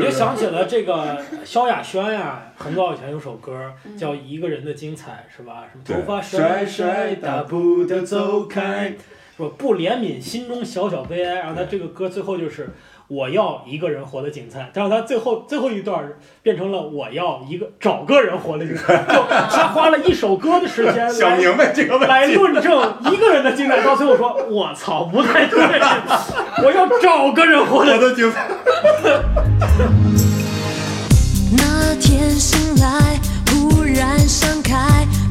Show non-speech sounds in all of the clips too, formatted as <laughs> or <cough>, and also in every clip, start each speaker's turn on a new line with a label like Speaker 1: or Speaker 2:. Speaker 1: 就想起了这个萧亚轩呀，很早以前有首歌叫《一个人的精彩》，是吧？什么头发嗯甩甩，大步的走开，说不怜悯心中小小悲哀。然后他这个歌最后就是我要一个人活得精彩，但是他最后最后一段变成了我要一个找个人活得精彩，就他花了一首歌的时间
Speaker 2: <laughs> 想
Speaker 1: 来
Speaker 2: 明白这个问
Speaker 1: 来
Speaker 2: 题。
Speaker 1: 论证一个人的精彩，到最后说我操不太对，我要找个人活得
Speaker 2: 我的精彩，
Speaker 3: 那天醒来，忽然闪开，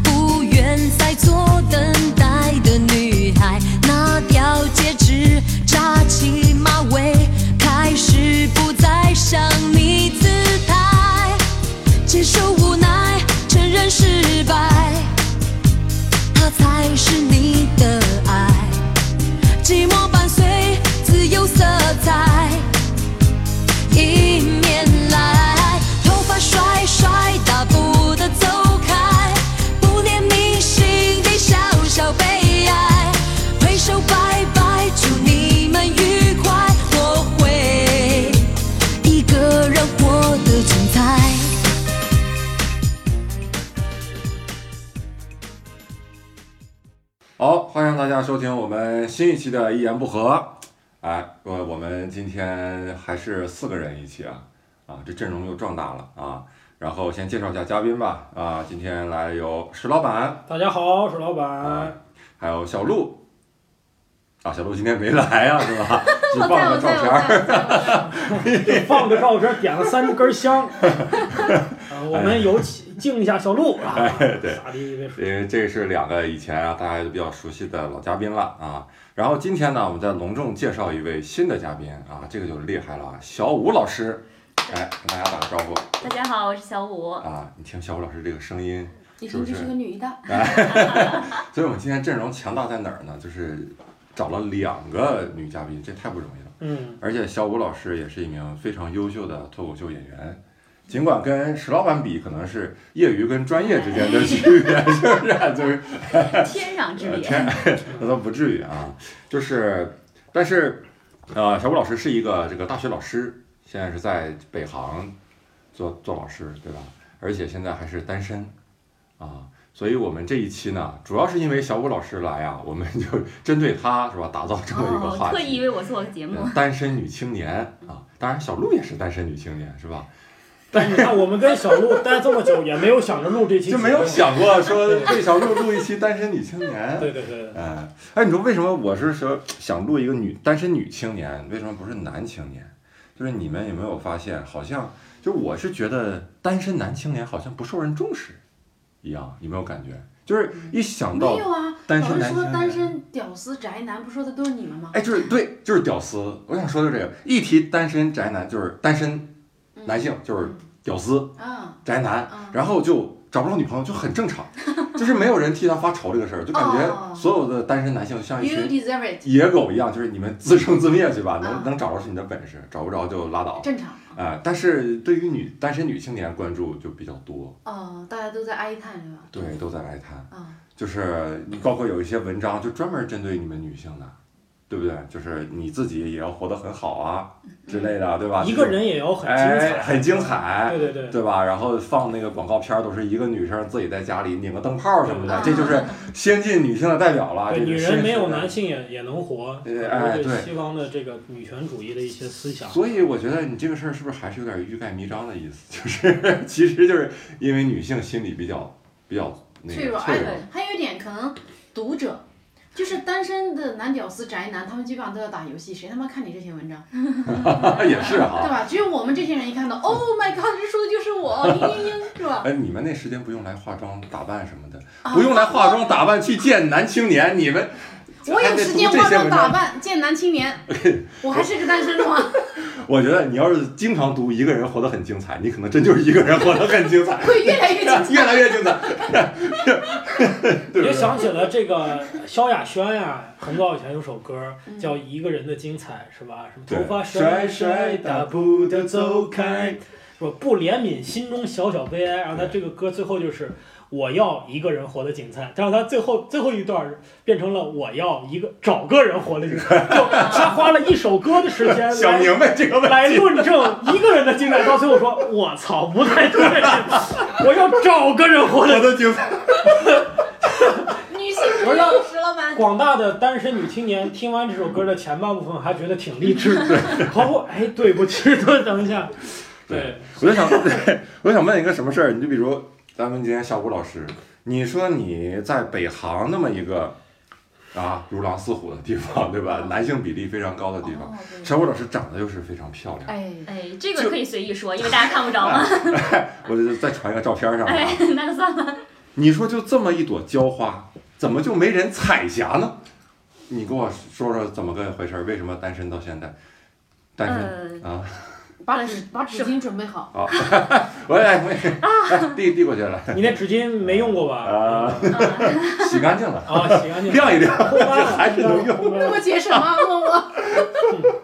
Speaker 3: 不愿再做等待的女孩。拿掉戒指，扎起马尾，开始不再想你姿态，接受无奈，承认失败，他才是你的爱。寂寞伴随自由色彩。迎面来，头发甩甩，大步的走开，不念你心底小小悲哀，挥手拜拜，祝你们愉快，我会一个人活得精彩。
Speaker 2: 好，欢迎大家收听我们新一期的《一言不合》。哎，我我们今天还是四个人一起啊，啊，这阵容又壮大了啊。然后先介绍一下嘉宾吧，啊，今天来有石老板，
Speaker 1: 大家好，是老
Speaker 2: 啊
Speaker 1: 板。，
Speaker 2: 还有小鹿，啊，小鹿今天没来啊，是吧？只
Speaker 4: 我
Speaker 2: 放
Speaker 4: 在
Speaker 2: 了
Speaker 4: 我
Speaker 2: 个照
Speaker 4: 在
Speaker 2: 片
Speaker 4: 我
Speaker 2: 儿。
Speaker 4: 在，
Speaker 1: 放个照片，点了三根
Speaker 2: <laughs>
Speaker 1: 香。呃我们有请敬一下小鹿啊，
Speaker 2: 哎对
Speaker 1: 傻逼别说。
Speaker 2: 因为这是两个以前啊大家都比较熟悉的老嘉宾了啊。然后今天呢，我们再隆重介绍一位新的嘉宾啊，这个就厉害了，啊，小武老师。哎，跟大家打个招呼
Speaker 4: 大家好，我是小五。
Speaker 2: 啊！你听小武老师这个声音，
Speaker 5: 你
Speaker 2: 是不
Speaker 5: 说这
Speaker 2: 是
Speaker 5: 是个女的，
Speaker 2: <laughs> 所以我们今天阵容强大在哪儿呢？就是找了两个女嘉宾，这太不容易了。
Speaker 1: 嗯，
Speaker 2: 而且小武老师也是一名非常优秀的脱口秀演员，尽管跟石老板比，可能是业余跟专业之间的区别，是不是？就是
Speaker 4: 天壤之
Speaker 2: 呃
Speaker 4: 别。
Speaker 2: 天，那倒不至于啊。就是，但是，呃，小武老师是一个这个大学老师，现在是在北航做做老师，对吧？而且现在还是单身啊。所以我们这一期呢，主要是因为小武老师来啊，我们就针对他是吧，打造这么一个
Speaker 4: 哦，
Speaker 2: 话
Speaker 4: 特意
Speaker 2: 题。
Speaker 4: 为我做个节目
Speaker 2: 呃，单身女青年啊，当然小鹿也是单身女青年，是吧？
Speaker 1: 但你看我们跟小鹿待这么久，也没有想着录这期，
Speaker 2: 就没有。想过说为小鹿录一期单身女青年。
Speaker 1: 对对对，对
Speaker 2: 哎，哎，你说为什么我是说想录一个女单身女青年，为什么不是男青年？就是你们有没有发现，好像就我是觉得单身男青年好像不受人重视一样，有没有感觉？就是一想
Speaker 5: 没
Speaker 2: 到，
Speaker 5: 有啊？
Speaker 2: 单
Speaker 5: 老
Speaker 2: 身
Speaker 5: 是
Speaker 2: 男
Speaker 5: 说
Speaker 2: 青
Speaker 5: 单
Speaker 2: 年
Speaker 5: 身屌丝宅男，不说的都是你们吗？
Speaker 2: 哎，就是对，就是屌丝。我想说的就是这个，一提单身宅男，就是单身
Speaker 5: 嗯
Speaker 2: 男性就是屌丝
Speaker 5: 嗯，
Speaker 2: 宅男
Speaker 5: 嗯，
Speaker 2: 然后就找不着女朋友，就很正常，就是没有人替他发愁这个事儿，就感觉
Speaker 5: 哦
Speaker 2: 所有的单身男性像一
Speaker 5: You
Speaker 2: 群
Speaker 5: deserve it，
Speaker 2: 野狗一样，就是你们自生自灭去吧，
Speaker 5: 啊
Speaker 2: 能能找着是你的本事，找不着就拉倒。
Speaker 5: 正常。
Speaker 2: 啊、但是对于女单身女青年关注就比较多，
Speaker 5: 哦，大家都在哀叹是吧？
Speaker 2: 对，都在来谈，
Speaker 5: 啊，
Speaker 2: 就是你包括有一些文章就专门针对你们女性的，对不对？就是你自己也要活得很好啊之类的，对吧？
Speaker 1: 一个人也要很精
Speaker 2: 哎
Speaker 1: 彩，
Speaker 2: 很精。彩，
Speaker 1: 对对对，
Speaker 2: 对吧？然后放那个广告片儿，都是一个女生自己在家里拧个灯泡什么的，这就是先进女性的代表了。
Speaker 1: 啊对
Speaker 2: 啊这是
Speaker 1: 女
Speaker 2: 绅
Speaker 1: 人
Speaker 2: 士
Speaker 1: 没有
Speaker 2: 的
Speaker 1: 男性也也能活，
Speaker 2: 对对哎
Speaker 1: 这
Speaker 2: 对
Speaker 1: 是西方的这个女权主义的一些思想。
Speaker 2: 所以我觉得你这个事儿是不是还是有点欲盖弥彰的意思？ <laughs> 就是其实就是因为女性心理比较比较那
Speaker 5: 脆
Speaker 2: 个
Speaker 5: 弱，
Speaker 2: 脆弱，
Speaker 5: 哎，还有一点可能读者。就是单身的男屌丝宅男，他们基本上都要打游戏，谁他妈看你这些文章，
Speaker 2: 啊也是
Speaker 5: 对
Speaker 2: 哈。
Speaker 5: 吧？只有我们这些人一看 <laughs> 到，Oh my god，这说的就是我，嘤嘤嘤，是吧？ <laughs>
Speaker 2: 哎，你们那时间不用来化妆打扮什么的，
Speaker 5: 啊
Speaker 2: 不用来化妆打扮去见男青年，你们
Speaker 5: <laughs> 我有时间
Speaker 2: 还得读这
Speaker 5: 化
Speaker 2: 些
Speaker 5: 妆
Speaker 2: 文
Speaker 5: 打
Speaker 2: 章。
Speaker 5: 扮，见男青 <laughs> 年，我还是个单身的吗？ <laughs>
Speaker 2: 我觉得你要是经常读《一个人活得很精彩》，你可能真就是一个人活得
Speaker 5: <laughs>，
Speaker 2: 很精彩 <laughs>
Speaker 5: 会越来越紧张。
Speaker 2: 越来越精彩，对
Speaker 1: 也
Speaker 2: 不对？
Speaker 1: 想起了这个萧亚轩呀、很早以前有首歌叫《一个人的精彩》，是吧？什么
Speaker 2: 对
Speaker 1: 头发甩甩，大步的走开，说不怜悯心中小小悲哀。然后他这个歌最后就是我要一个人活的精彩，但是他最后最后一段变成了我要一个找个人活的精彩，就他花了一首歌的时
Speaker 2: <laughs>
Speaker 1: 间
Speaker 2: 想
Speaker 1: 来
Speaker 2: 明白这个问
Speaker 1: 来
Speaker 2: 题。
Speaker 1: 论证一个人的精彩，到最后说我操不太
Speaker 5: <laughs>
Speaker 1: 对，我要找个人活的
Speaker 2: 我的精彩，
Speaker 5: 女性主义有十了吗？
Speaker 1: <laughs> 广大的单身女青年听完这首歌的前半部分还觉得挺励志的， <laughs> 然后哎，对不起， <laughs> 等一下，对，
Speaker 2: 我就想， <laughs> 对我就想问一个什么事儿？你就比如咱们今天小吴老师，你说你在北航那么一个啊如狼似虎的地方，对吧？男性比例非常高的地方，
Speaker 5: 哦对
Speaker 2: 小吴老师长得又是非常漂亮，
Speaker 5: 哎，
Speaker 4: 哎，这个可以随意说，因为大家看不着嘛。
Speaker 2: 啊我就再传一个照片上来
Speaker 4: <laughs> 哎
Speaker 2: 啊。，
Speaker 4: 那就算了。
Speaker 2: 你说就这么一朵娇花，怎么就没人彩霞呢？你给我说说怎么个回事儿？为什么单身到现在？单身、
Speaker 4: 呃
Speaker 2: 啊， <laughs>
Speaker 5: 把纸把纸巾准备好。
Speaker 2: 我来，我来，递递过去了，
Speaker 1: 你那纸巾没用过吧？
Speaker 2: 啊 <laughs> 洗干净了，
Speaker 1: 啊，洗干净，
Speaker 2: 晾一 <laughs> 晾，
Speaker 1: 烘干了
Speaker 2: 还是能用。
Speaker 1: 烘干
Speaker 5: 那
Speaker 1: 了
Speaker 5: 么节省吗？问 <laughs> 我。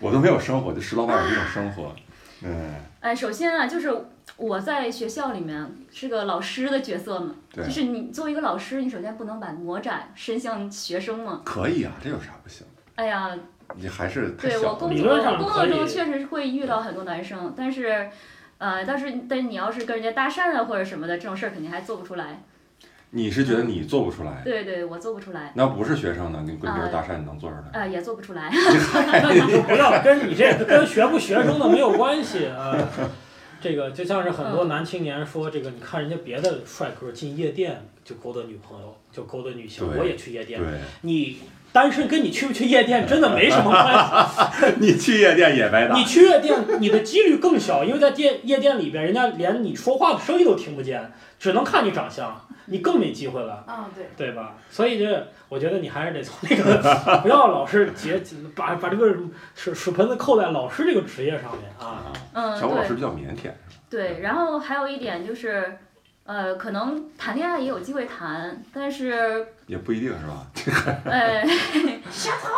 Speaker 2: 我都没有生活，就石老板有这种生活，嗯，
Speaker 4: 哎，首先啊，就是我在学校里面是个老师的角色嘛，
Speaker 2: 对
Speaker 4: 就是你作为一个老师，你首先不能把魔展伸向学生嘛。
Speaker 2: 可以啊，这有啥不行？
Speaker 4: 哎呀，
Speaker 2: 你还是太
Speaker 4: 对我
Speaker 2: 小
Speaker 4: 工
Speaker 2: 了，
Speaker 1: 理
Speaker 4: 作
Speaker 1: 论上
Speaker 4: 我工
Speaker 1: 可
Speaker 4: 作
Speaker 1: 以
Speaker 4: 中确实是会遇到很多男生，但是，呃，但是但是你要是跟人家搭讪啊或者什么的，这种事儿肯定还做不出来。
Speaker 2: 你是觉得你做不出来，
Speaker 4: 对对，我做不出来，
Speaker 2: 那不是学生呢，你跟
Speaker 4: 呃
Speaker 2: 别人搭讪你能做出来？
Speaker 4: 啊、也做不出来。 <laughs>
Speaker 1: 那你就不要跟你这跟学不学生的没有关系啊。这个就像是很
Speaker 2: 嗯
Speaker 1: 多男青年说，这个你看人家别的帅哥进夜店就勾搭女朋友，就勾搭女性，
Speaker 2: 对
Speaker 1: 我也去夜店。
Speaker 2: 对， <laughs>
Speaker 1: 你单身跟你去不去夜店真的没什么
Speaker 2: <laughs>
Speaker 1: 关
Speaker 2: 你去夜店也白搭
Speaker 1: 系，你，去夜店你的几率更小，因为在夜夜店里边，人家连你说话的声音都听不见，只能看你长相，你更没机会了。
Speaker 5: 啊，对。
Speaker 1: 对吧？所以这，我觉得你还是得从那个不要老是结把把这个水水盆子扣在老师这个职业上面啊。
Speaker 4: 嗯，
Speaker 2: 小吴
Speaker 4: 对。
Speaker 2: 老师比较腼腆，
Speaker 4: 对，然后还有一点就是，呃，可能谈恋爱也有机会谈，但是，
Speaker 2: 也不一定是吧？
Speaker 4: <laughs> 呃，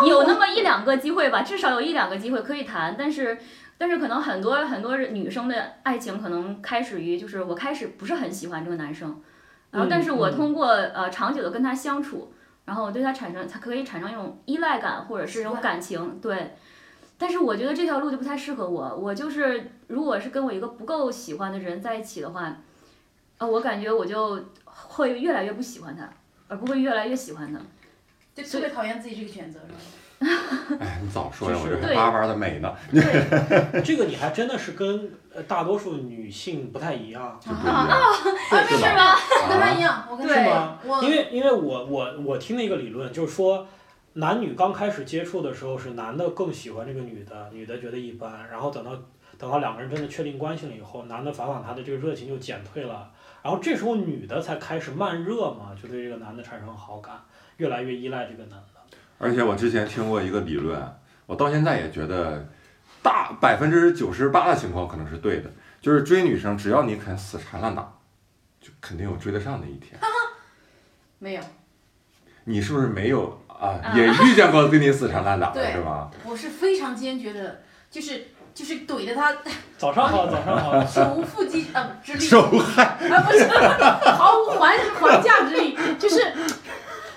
Speaker 4: 有那么一两个机会吧，至少有一两个机会可以谈，但是，但是可能很多很多女生的爱情可能开始于就是我开始不是很喜欢这个男生，然后但是我
Speaker 1: 嗯嗯
Speaker 4: 通过、呃长久的跟他相处，然后我对他产生才可以产生一种依赖感或者是一种
Speaker 5: 习惯
Speaker 4: 感情，对。但是我觉得这条路就不太适合我，我就是如果是跟我一个不够喜欢的人在一起的话，呃，我感觉我就会越来越不喜欢他，而不会越来越喜欢他。
Speaker 5: 对，
Speaker 4: 所
Speaker 5: 特
Speaker 4: 以
Speaker 5: 别讨厌自己这个选择，是吧？
Speaker 2: 哎，你早说呀，我
Speaker 1: 就是
Speaker 2: 这还巴巴的美呢，
Speaker 4: 对，
Speaker 1: 这个你还真的是跟呃大多数女性不太一样，
Speaker 2: 就不
Speaker 5: <laughs>
Speaker 2: 一 <laughs> 样，
Speaker 5: 是
Speaker 2: 是吧？
Speaker 5: 吧？我跟他
Speaker 2: 啊
Speaker 5: 一样，我跟
Speaker 4: 对
Speaker 1: 是
Speaker 5: 他
Speaker 1: 吗？
Speaker 5: 我
Speaker 1: 因为因为我我我听了一个理论，就是说。男女刚开始接触的时候，是男的更喜欢这个女的，女的觉得一般。然后等到等到两个人真的确定关系了以后，男的反反他的这个热情就减退了，然后这时候女的才开始慢热嘛，就对这个男的产生好感，越来越依赖这个男的。
Speaker 2: 而且我之前听过一个理论，我到现在也觉得大百分之九十八的情况可能是对的，就是追女生，只要你肯死缠烂打，就肯定有追得上的一天。
Speaker 5: 没有，
Speaker 2: 你是不是没有啊？也遇见过跟你死缠烂打的
Speaker 5: 对
Speaker 2: 是吧？
Speaker 5: 我是非常坚决的，就是就是怼得他
Speaker 1: 早上好，早上好。
Speaker 5: 手无缚鸡呃之力，
Speaker 2: 手汗，
Speaker 5: 啊不是，毫无还还价之力，就是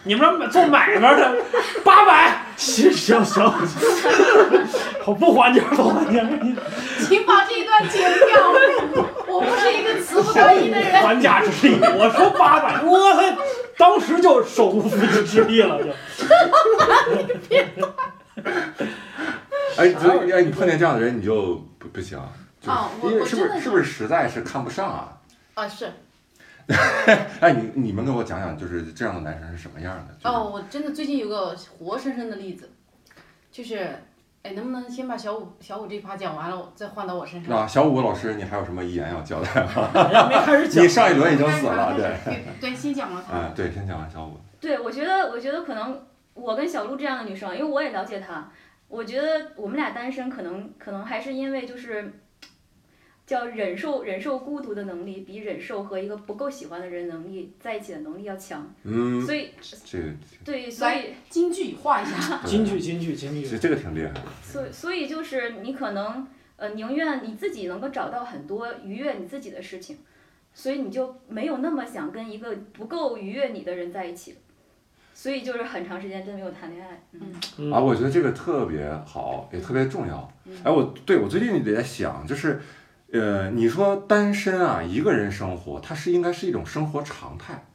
Speaker 1: 你们这做买卖的，八百，行行 <laughs> 行，我不还价，不还价，
Speaker 5: 请把这一段剪掉， <laughs> 我不是一个词不达意的人。
Speaker 1: 还价之力。我说八百，我操，当时就手无缚鸡之力了，就。
Speaker 2: 哎，所以哎，你碰见这样的人你就不不行，就
Speaker 5: 哦我
Speaker 2: 因为
Speaker 5: 我
Speaker 2: 是不
Speaker 5: 真
Speaker 2: 是
Speaker 5: 的
Speaker 2: 是不是实在是看不上啊？
Speaker 5: 啊是，
Speaker 2: 哎，你你们跟我讲讲，就是这样的男生是什么样的？就是
Speaker 5: 哦，我真的最近有个活生生的例子，就是，哎，能不能先把小五小五这一趴讲完了，我再换到我身上？
Speaker 2: 啊，小五老师，你还有什么遗言要交代吗？
Speaker 1: 人哎家没开始讲。
Speaker 2: 你上一轮已经
Speaker 5: 开始
Speaker 2: 死了，对。
Speaker 5: 对对，先讲了他。
Speaker 2: 啊，对，先讲完小五。
Speaker 4: 对我觉得，我觉得可能我跟小鹿这样的女生，因为我也了解她，我觉得我们俩单身可能可能还是因为就是叫忍受忍受孤独的能力，比忍受和一个不够喜欢的人能力在一起的能力要强，
Speaker 2: 嗯，
Speaker 4: 所以
Speaker 2: 这个
Speaker 4: 对，所以
Speaker 5: 京剧画一下，
Speaker 1: 京剧，京剧，京
Speaker 2: 这
Speaker 1: 剧。
Speaker 2: 这个挺厉害的。
Speaker 4: 所以所以就是你可能呃宁愿你自己能够找到很多愉悦你自己的事情，所以你就没有那么想跟一个不够愉悦你的人在一起，所以就是很长时间真没有谈恋爱。嗯，
Speaker 1: 嗯
Speaker 2: 啊，我觉得这个特别好，也特别重要
Speaker 5: 嗯。
Speaker 2: 哎，我对我最近也在想，就是，呃，你说单身啊，一个人生活，它是应该是一种生活常态，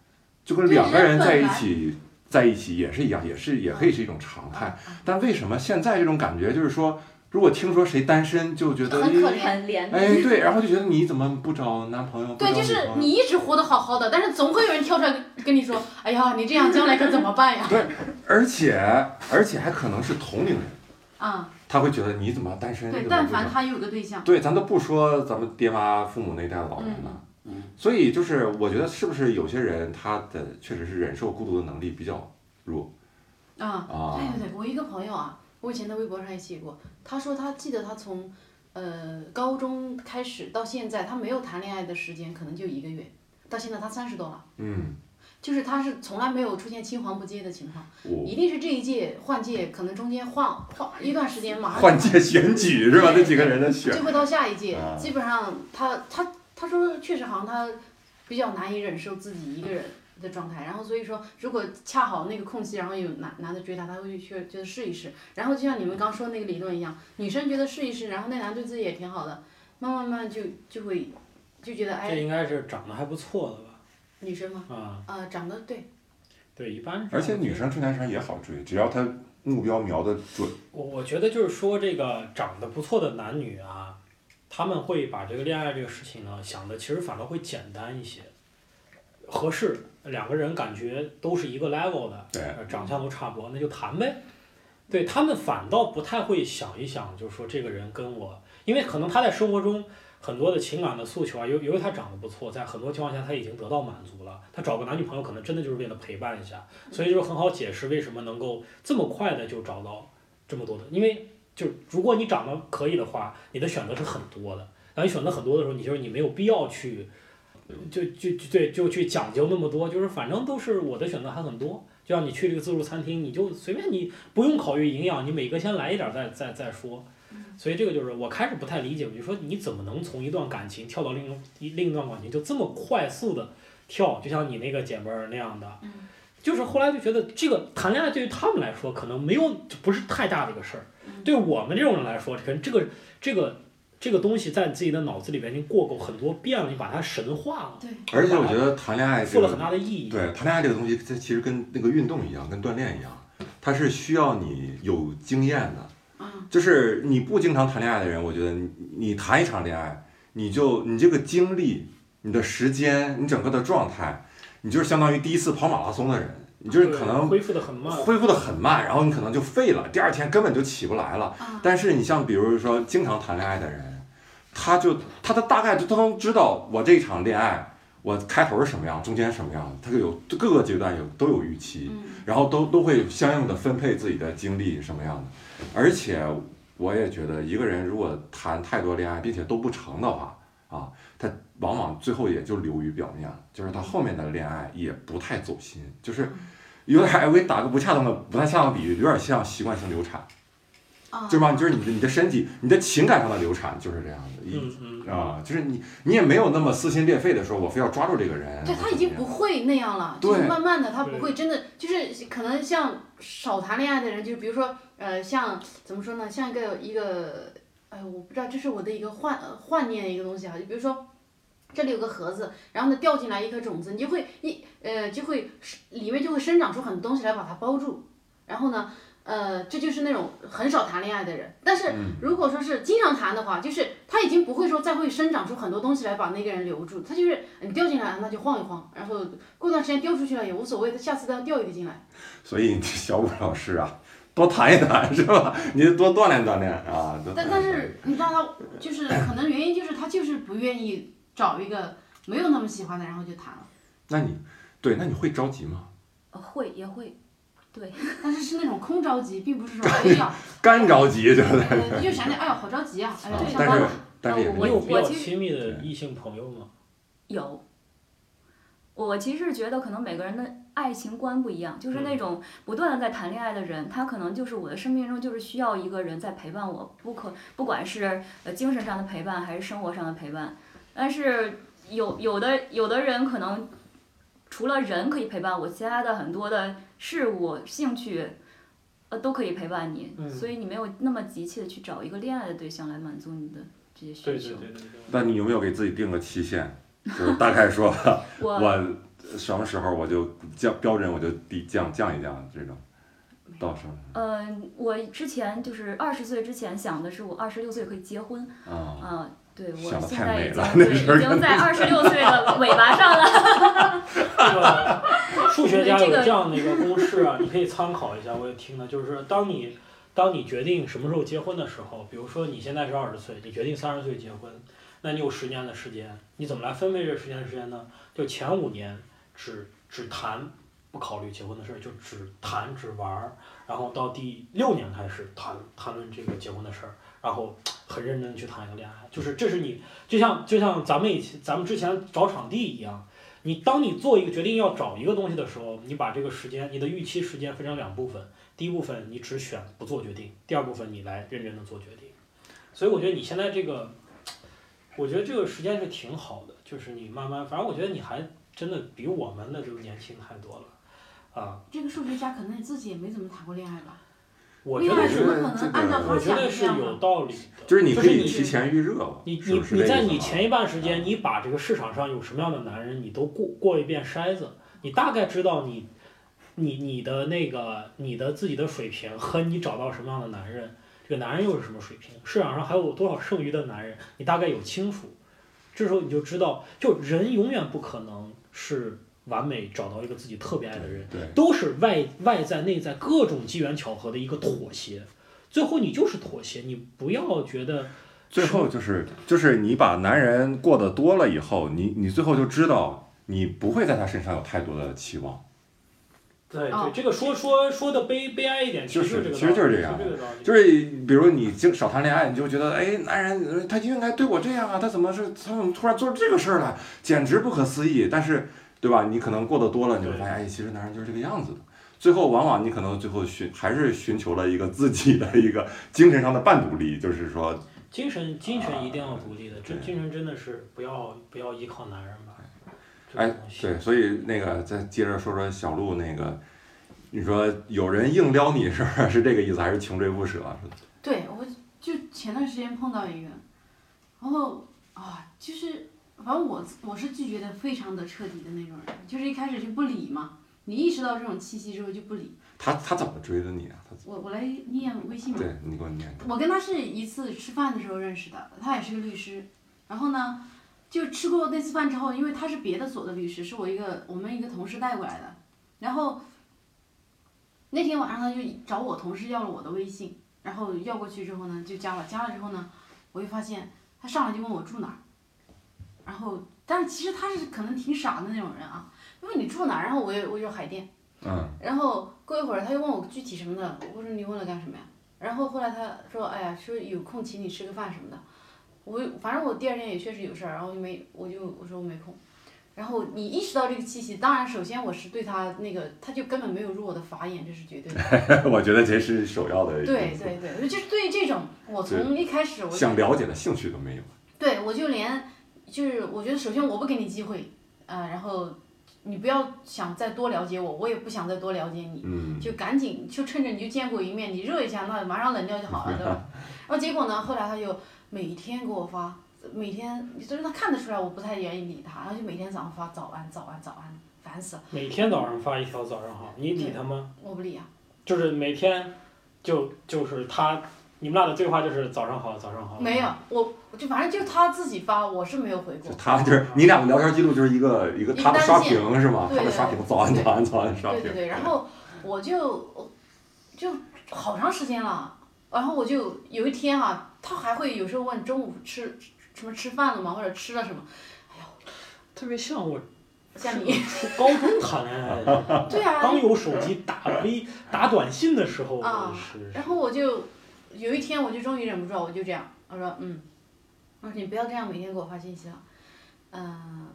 Speaker 2: 就跟
Speaker 5: 对
Speaker 2: 两个人
Speaker 5: 人
Speaker 2: 在
Speaker 5: 本
Speaker 2: 一
Speaker 5: 来啊
Speaker 2: 起在一起也是一样，也是也可以是一种常态。但为什么现在这种感觉就是说，如果听说谁单身，就觉得
Speaker 5: 很可
Speaker 2: 哎
Speaker 5: 怜
Speaker 4: 很怜悯。
Speaker 2: 哎，对，然后就觉得你怎么不找男朋友？不
Speaker 5: 对，
Speaker 2: 找
Speaker 5: 就
Speaker 2: 女
Speaker 5: 是
Speaker 2: 朋友
Speaker 5: 你一直活得好好的，但是总会有人跳出来跟你说：“哎呀，你这样将来可怎么办呀
Speaker 2: 对，而且而且还可能是同龄人，？”
Speaker 5: 啊，
Speaker 2: 他会觉得你怎么单身？你
Speaker 5: 对，
Speaker 2: 怎么
Speaker 5: 但
Speaker 2: 不找
Speaker 5: 凡他有个对象，
Speaker 2: 对，咱都不说咱们爹妈父母那一代老人了。
Speaker 5: 嗯
Speaker 2: 所以就是，我觉得是不是有些人他的确实是忍受孤独的能力比较弱
Speaker 5: 啊，
Speaker 2: 啊？
Speaker 5: 对对对，我一个朋友啊，我以前在微博上也写过，他说他记得他从呃高中开始到现在，他没有谈恋爱的时间可能就一个月，到现在他三十多了，
Speaker 2: 嗯，
Speaker 5: 就是他是从来没有出现青黄不接的情况，
Speaker 2: 我
Speaker 5: 一定是这一届换届，可能中间换换一段时间，马上
Speaker 2: 换届选
Speaker 5: <laughs>
Speaker 2: 举是吧？那几个人的选
Speaker 5: 就会到下一届
Speaker 2: 啊，
Speaker 5: 基本上他他他说确实好像他比较难以忍受自己一个人的状态，然后所以说如果恰好那个空隙，然后有男男的追她，他会去觉得试一试，然后就像你们刚说那个理论一样，女生觉得试一试，然后那男对自己也挺好的，慢慢慢就就会就觉得
Speaker 1: 这
Speaker 5: 哎
Speaker 1: 应该是长得还不错的吧？
Speaker 5: 女生嘛，
Speaker 1: 啊，
Speaker 5: 呃长得对，
Speaker 1: 对，一般是。
Speaker 2: 而且女生追男生也好追，只要他目标瞄的准。
Speaker 1: 我我觉得就是说，这个长得不错的男女啊，他们会把这个恋爱这个事情呢想的其实反倒会简单一些，合适，两个人感觉都是一个 level 的，
Speaker 2: 对
Speaker 1: 呃长相都差不多，那就谈呗。对他们反倒不太会想一想，就是说这个人跟我，因为可能他在生活中很多的情感的诉求啊，由由于他长得不错，在很多情况下他已经得到满足了。他找个男女朋友可能真的就是为了陪伴一下，所以就是很好解释为什么能够这么快的就找到这么多的，因为就如果你长得可以的话，你的选择是很多的。当你选择很多的时候，你就是你没有必要去，就就就对，就去讲究那么多，就是反正都是我的选择还很多。就像你去这个自助餐厅，你就随便你不用考虑营养，你每个先来一点儿再再再说。所以这个就是我开始不太理解，我就说你怎么能从一段感情跳到另一另一段感情就这么快速的跳，就像你那个姐妹儿那样的。就是后来就觉得这个谈恋爱对于他们来说可能没有就不是太大的一个事儿，对我们这种人来说，可能这个这个这个东西在你自己的脑子里边已经过过很多遍了，你把它神化了，
Speaker 5: 对，
Speaker 2: 而且我觉得谈恋爱这
Speaker 1: 赋了
Speaker 2: 个
Speaker 1: 很大的意义。啊
Speaker 2: 对谈恋爱这个东西，它其实跟那个运动一样，跟锻炼一样，它是需要你有经验的。
Speaker 1: 啊
Speaker 5: 嗯
Speaker 2: 就是你不经常谈恋爱的人，我觉得你你谈一场恋爱，你就你这个精力、你的时间、你整个的状态，你就是相当于第一次跑马拉松的人，你就是可能
Speaker 1: 恢复的很慢，
Speaker 2: 恢复的很慢，然后你可能就废了，第二天根本就起不来了。
Speaker 5: 啊
Speaker 2: 但是你像比如说经常谈恋爱的人，他就他的大概就他能知道我这场恋爱我开头是什么样，中间是什么样，他就有各个阶段有都有预期，然后都都会相应的分配自己的精力什么样的。而且我也觉得一个人如果谈太多恋爱并且都不成的话啊，他往往最后也就流于表面了，就是他后面的恋爱也不太走心，就是。有点儿，我给你打个不恰当的、不太恰当的比喻，有点像习惯性流产。
Speaker 5: 啊
Speaker 2: 对吧？就是你的你的身体、你的情感上的流产就是这样的，一
Speaker 1: 嗯嗯，
Speaker 2: 啊，就是你你也没有那么撕心裂肺的说，我非要抓住这个人。
Speaker 5: 对
Speaker 2: 或
Speaker 5: 他
Speaker 2: 者
Speaker 5: 已经
Speaker 2: 怎么
Speaker 5: 不
Speaker 2: 样
Speaker 5: 会那样了，就是
Speaker 2: 对
Speaker 5: 慢慢的他不
Speaker 1: 对
Speaker 5: 会真的就是可能像少谈恋爱的人，就比如说呃像怎么说呢，像一个一个哎我不知道这是我的一个幻呃幻念的一个东西哈，就比如说。这里有个盒子，然后呢掉进来一颗种子，你就会一呃就会里面就会生长出很多东西来把它包住，然后呢呃这就是那种很少谈恋爱的人，但是如果说是经常谈的话，就是他已经不会说再会生长出很多东西来把那个人留住，他就是呃你掉进来那就晃一晃，然后过段时间掉出去了也无所谓，他下次再掉一个进来。
Speaker 2: 所以小武老师啊，多谈一谈是吧？你多锻炼锻炼啊。多
Speaker 5: 但
Speaker 2: 锻
Speaker 5: 但
Speaker 2: 炼锻炼
Speaker 5: 是你知道他就是可能原因就是他就是不愿意找一个没有那么喜欢的，然后就谈了，
Speaker 2: 那你对，那你会着急吗？
Speaker 4: 呃会也会，
Speaker 5: 但是是那种空着急，并不是说哎呀，
Speaker 1: <laughs>
Speaker 2: 干着急就是。
Speaker 5: 呃就想想哎呀好着急啊，哎呀
Speaker 2: 啊
Speaker 5: 上
Speaker 2: 但
Speaker 5: 班
Speaker 2: 是
Speaker 5: 了，
Speaker 2: 但是也
Speaker 4: 呃
Speaker 1: 你
Speaker 2: 没
Speaker 1: 有
Speaker 2: 有
Speaker 1: 比较
Speaker 4: 我其实
Speaker 1: 亲密的异性朋友吗？
Speaker 4: 有。我其实觉得，可能每个人的爱情观不一样，就是
Speaker 1: 嗯
Speaker 4: 那种不断的在谈恋爱的人，他可能就是我的生命中就是需要一个人在陪伴我，不可不管是呃精神上的陪伴还是生活上的陪伴，但是有有的有的人可能除了人可以陪伴我，其他的很多的事物、兴趣，呃，都可以陪伴你，
Speaker 1: 嗯
Speaker 4: 所以你没有那么急切的去找一个恋爱的对象来满足你的这些需求。
Speaker 1: 对对对对对。
Speaker 2: 那你有没有给自己定个期限？就是大概说，
Speaker 4: 我
Speaker 2: 我什么时候我就降标准，我就低降降一降这种，到什么
Speaker 4: 嗯，我之前就是二十岁之前想的是我二十六岁可以结婚啊、
Speaker 2: 啊？
Speaker 4: 对我
Speaker 2: 想得
Speaker 4: 现
Speaker 2: 太
Speaker 4: 在
Speaker 2: 美
Speaker 4: 已经
Speaker 2: 了那
Speaker 4: 对已
Speaker 2: 时候
Speaker 4: 经在二十六岁的尾巴上了。
Speaker 1: 这个 <laughs> 数学家有
Speaker 4: 这个
Speaker 1: 这样的一个公式啊，你可以参考一下。我也听的，就是当你当你决定什么时候结婚的时候，比如说你现在是二十岁，你决定三十岁结婚，那你有十年的时间，你怎么来分配这十年的时间呢？就前五年只只谈不考虑结婚的事儿，就只谈只玩儿，然后到第六年开始谈谈论这个结婚的事儿，然后很认真地去谈一个恋爱，就是这是你就像就像咱们以前咱们之前找场地一样。你当你做一个决定要找一个东西的时候，你把这个时间，你的预期时间分成两部分。第一部分你只选不做决定，第二部分你来认真的做决定。所以我觉得你现在这个，我觉得这个时间是挺好的，就是你慢慢，反正我觉得你还真的比我们的就年轻太多了，啊，
Speaker 5: 这个数学家可能自己也没怎么谈过恋爱吧？
Speaker 1: 我觉
Speaker 5: 恋爱
Speaker 1: 得是，
Speaker 5: 怎么可能按照
Speaker 1: 我
Speaker 5: 他
Speaker 1: 觉得
Speaker 5: 想的
Speaker 1: 是
Speaker 5: 那样
Speaker 1: 有
Speaker 5: 呢？
Speaker 1: 道理的。
Speaker 2: 就是你可以
Speaker 1: 就是
Speaker 2: 提前预热了，
Speaker 1: 你
Speaker 2: 是
Speaker 1: 你
Speaker 2: 不是
Speaker 1: 你
Speaker 2: 这
Speaker 1: 在
Speaker 2: 意思
Speaker 1: 你
Speaker 2: 啊
Speaker 1: 前一半时间，你把这个市场上有什么样的男人，你都过过一遍筛子，你大概知道你你你的那个你的自己的水平和你找到什么样的男人，这个男人又是什么水平，市场上还有多少剩余的男人，你大概有清楚。这时候你就知道，就人永远不可能是完美找到一个自己特别爱的人，
Speaker 2: 对，
Speaker 1: 都是外外在内在各种机缘巧合的一个妥协，最后你就是妥协，你不要觉得。
Speaker 2: 最后就是就是你把男人过得多了以后，你你最后就知道你不会在他身上有太多的期望。
Speaker 1: 对
Speaker 5: 哦
Speaker 1: 对，这个说说说的悲悲哀一点，
Speaker 2: 就
Speaker 1: 其
Speaker 2: 是
Speaker 1: 实
Speaker 2: 其实就是这
Speaker 1: 这个
Speaker 2: 样
Speaker 1: 道理个道理
Speaker 2: 就是比如你经少谈恋爱，你就觉得哎，男人呃他就应该对我这样啊，他怎么是他怎么突然做出这个事儿来，简直不可思议。但是，对吧？你可能过得多了，你会发现，哎，其实男人就是这个样子的。最后，往往你可能最后寻还是寻求了一个自己的一个精神上的半独立，就是说，
Speaker 1: 精神精神一定要独立的，这
Speaker 2: 对
Speaker 1: 精神真的是不要不要依靠男人吧。这
Speaker 2: 哎
Speaker 1: 个东，西
Speaker 2: 对，所以那个再接着说说小鹿那个，你说有人硬撩你是吧？是这个意思，还是穷追不舍？
Speaker 5: 对，我就前段时间碰到一个，然后啊，就是反正我我是拒绝的非常的彻底的那种人，就是一开始就不理嘛。你意识到这种气息之后就不理
Speaker 2: 他他怎么追的你啊？他
Speaker 5: 我，我来念微信嘛。
Speaker 2: 对你给我念一个，
Speaker 5: 我跟他是一次吃饭的时候认识的，他也是个律师。然后呢，就吃过那次饭之后，因为他是别的所的律师，是我一个我们一个同事带过来的。然后那天晚上他就找我同事要了我的微信，然后要过去之后呢，就加了。加了之后呢，我就发现他上来就问我住哪儿，然后但是其实他是可能挺傻的那种人啊，问你住哪儿，然后我也我就海淀。
Speaker 2: 嗯，
Speaker 5: 然后过一会儿他又问我具体什么的，我说你问了干什么呀？然后后来他说，哎呀，说有空请你吃个饭什么的。我反正我第二天也确实有事儿，然后就没，我就我说我没空。然后你意识到这个气息，当然首先我是对他那个，他就根本没有入我的法眼，这是绝对的。
Speaker 2: <laughs> 我觉得这是首要的一个。
Speaker 5: 对对对，我就是对这种，我从一开始我就
Speaker 2: 想了解的兴趣都没有。
Speaker 5: 对，我就连就是我觉得首先我不给你机会，呃，然后你不要想再多了解我，我也不想再多了解你。
Speaker 2: 嗯，
Speaker 5: 就赶紧就趁着你就见过一面，你热一下，那马上冷掉就好了，对吧？然后结果呢，后来他就每天给我发，每天就是他看得出来我不太愿意理他，然后就每天早上发早安早安早安，烦死了，
Speaker 1: 每天早上发一条早上好，你理他吗？
Speaker 5: 我不理啊。
Speaker 1: 就是每天就就是他，你们俩的对话就是早上好，早上好。
Speaker 5: 没有，我我就反正就他自己发，我是没有回过
Speaker 2: 就。他就是你俩的聊天记录就是一个一个
Speaker 5: 一个
Speaker 2: 他的
Speaker 5: 单
Speaker 2: 刷
Speaker 5: 线
Speaker 2: 屏是吗？
Speaker 5: 对
Speaker 2: 他的
Speaker 5: 对
Speaker 2: 刷屏，早安
Speaker 5: 对
Speaker 2: 早安早安刷
Speaker 5: 对
Speaker 2: 屏。
Speaker 5: 对对，然后我就我就好长时间了，然后我就有一天啊，他还会有时候问中午吃什么吃饭了吗，或者吃了什么，
Speaker 1: 特别像我
Speaker 5: 像你，
Speaker 1: 初高中谈恋爱的时
Speaker 2: <laughs>
Speaker 1: 候，
Speaker 5: 对啊，
Speaker 1: 刚有手机打微打短信的时候，
Speaker 5: 啊
Speaker 1: 我是
Speaker 5: 然后我就有一天，我就终于忍不住了，我就这样，我说嗯，我说你不要这样每天给我发信息了，嗯、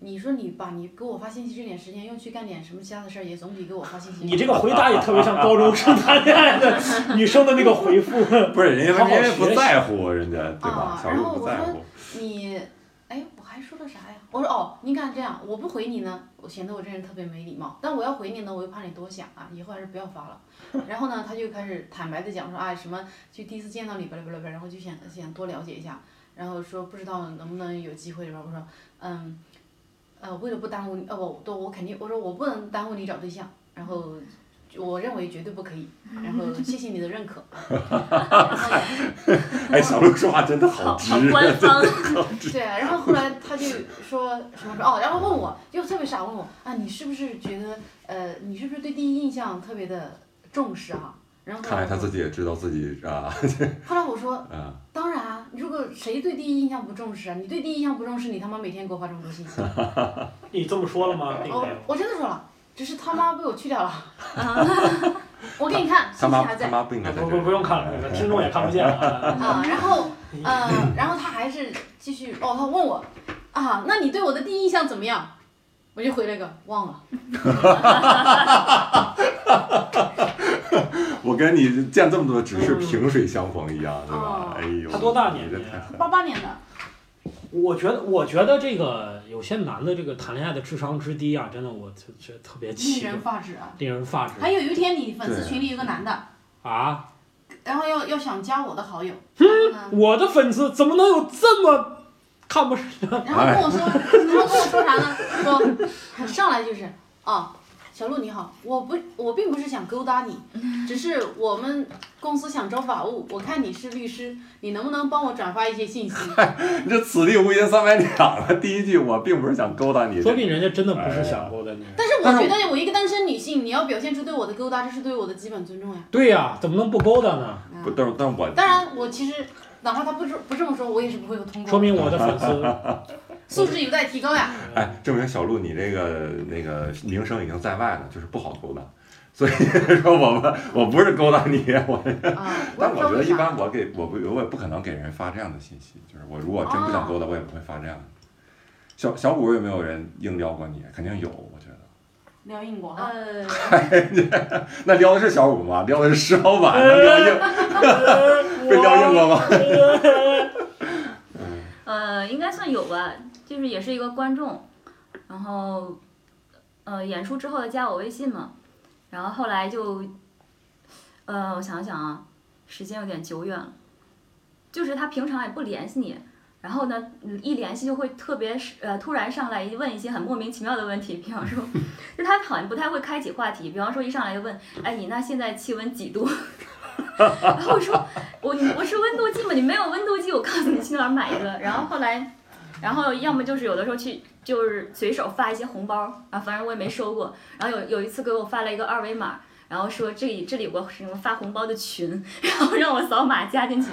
Speaker 5: 你说你把你给我发信息这点时间用去干点什么其他的事儿，也总比给我发信息。
Speaker 1: 你这个回答也特别像高中生谈恋爱的女生的那个回复。
Speaker 2: 不是人家
Speaker 1: 好好
Speaker 2: 人家
Speaker 1: 学
Speaker 2: 不
Speaker 1: 习
Speaker 2: 在乎人家对吧
Speaker 5: 啊？
Speaker 2: 小
Speaker 5: 然
Speaker 2: 鹿
Speaker 5: 后
Speaker 2: 不
Speaker 5: 我
Speaker 2: 在
Speaker 5: 说
Speaker 2: 乎，
Speaker 5: 你哎，我还说了啥呀？我说哦，你看这样，我不回你呢，我显得我这人特别没礼貌；但我要回你呢，我又怕你多想啊，以后还是不要发了。 <laughs> 然后呢，他就开始坦白的讲说啊、哎，什么就第一次见到你巴拉巴拉巴拉，然后就想想多了解一下，然后说不知道能不能有机会吧。我说嗯，呃，为了不耽误你，呃不，对我肯定，我说我不能耽误你找对象，然后我认为绝对不可以，然后谢谢你的认可。然后
Speaker 2: 哎，小鹿说话真的好
Speaker 4: 好
Speaker 2: 直
Speaker 4: 好，官方，
Speaker 2: <laughs>
Speaker 5: 对啊，然后后来他就说什么说哦，然后问我，就特别傻问我啊，你是不是觉得呃，你是不是对第一印象特别的重视啊？然后后
Speaker 2: 看来
Speaker 5: 来
Speaker 2: 他
Speaker 5: 我
Speaker 2: 自
Speaker 5: 说，
Speaker 2: 己也知道自己啊
Speaker 5: 后来我说，
Speaker 2: 啊，
Speaker 5: 当然啊，如果谁对第一印象不重视啊，你对第一印象不重视，你他妈每天给我发这么多信息，哦
Speaker 1: 你这么说了吗？并没
Speaker 5: 我
Speaker 1: 有，
Speaker 5: 我真的说了，只是他妈被我去掉了，我给你看，信
Speaker 2: 他
Speaker 5: 息
Speaker 2: 妈
Speaker 5: 还
Speaker 2: 他
Speaker 5: 在。
Speaker 2: 妈不应该在
Speaker 1: 不
Speaker 2: 这
Speaker 1: 不
Speaker 2: 里
Speaker 1: 不用看了，听众也看不见
Speaker 5: <laughs>
Speaker 1: 啊。
Speaker 5: 啊，然后，呃，然后他还是继续，哦，他问我，啊，那你对我的第一印象怎么样？我就回了一个忘了，
Speaker 2: 我跟你见这么多只是
Speaker 1: 嗯
Speaker 2: 萍水相逢一样，对吧
Speaker 5: 哦？
Speaker 2: 哎呦，
Speaker 1: 他多大年
Speaker 2: 你这
Speaker 1: 纪啊
Speaker 2: 太狠
Speaker 5: 八八年的，
Speaker 1: 我觉得，我觉得这个有些男的这个谈恋爱的智商之低啊，真的我就觉得特别
Speaker 5: 令
Speaker 1: 气
Speaker 5: 人发指啊！
Speaker 1: 令人发指
Speaker 5: 还有有一天，你粉丝
Speaker 2: 对
Speaker 5: 群里有个男的，
Speaker 1: 啊！
Speaker 5: 然后要要想加我的好友，然后
Speaker 2: 嗯
Speaker 5: 呢，
Speaker 1: 我的粉丝怎么能有这么看不上？
Speaker 5: 嗯然后跟我说，然后跟我说啥呢？说上来就是啊。小鹿你好，我不，我并不是想勾搭你，
Speaker 2: 嗯
Speaker 5: 只是我们公司想招法务，我看你是律师，你能不能帮我转发一些
Speaker 2: <laughs>
Speaker 5: 信息？
Speaker 2: 你这此地无银三百两啊！第一句我并不是想勾搭你，
Speaker 1: 说不定人家真的不是想勾搭你。
Speaker 5: 但是我觉得我一个单身女性，你要表现出对我的勾搭，这是对我的基本尊重呀。
Speaker 1: 对呀、怎么能不勾搭呢？
Speaker 2: 不，但是但我
Speaker 5: 当然，我其实哪怕他不这不这么说，我也是不会有通
Speaker 1: 说
Speaker 5: 过，
Speaker 1: 明我的粉丝
Speaker 5: 素质有待提高呀。
Speaker 2: 哎，证明小鹿你这个那个名声已经在外了，就是不好勾搭。所以说我们我不是勾搭你，我
Speaker 5: 啊，也
Speaker 2: 但
Speaker 5: 不
Speaker 2: 我
Speaker 5: 知道
Speaker 2: 觉得
Speaker 5: 为
Speaker 2: 一
Speaker 5: 啥
Speaker 2: 般我给我不我也不可能给人发这样的信息，就是我如果真不想勾搭，我也不会发这样的。小小五有没有人硬撩过你？肯定有，我觉得。
Speaker 5: 撩英国哈，
Speaker 4: 呃，
Speaker 2: 那撩的是小五吗？撩的是石老板？那撩硬被撩硬过吗？
Speaker 4: 呃，应该算有吧，就是也是一个观众，然后，呃，演出之后加我微信嘛，然后后来就，呃，我想想啊，时间有点久远了，就是他平常也不联系你，然后呢，一联系就会特别是呃突然上来问一些很莫名其妙的问题，比方说， <laughs> 就他好像不太会开启话题，比方说一上来就问，哎，你那现在气温几度？ <laughs> 然后我说我我是温度计嘛，你没有温度计，我告诉你去哪儿买一
Speaker 5: <laughs>
Speaker 4: 个。然后后来，然后要么就是有的时候去就是随手发一些红包啊，反正我也没收过。然后有有一次给我发了一个二维码，然后说这里这里有个什么发红包的群， <laughs> 然后让我扫码加进去。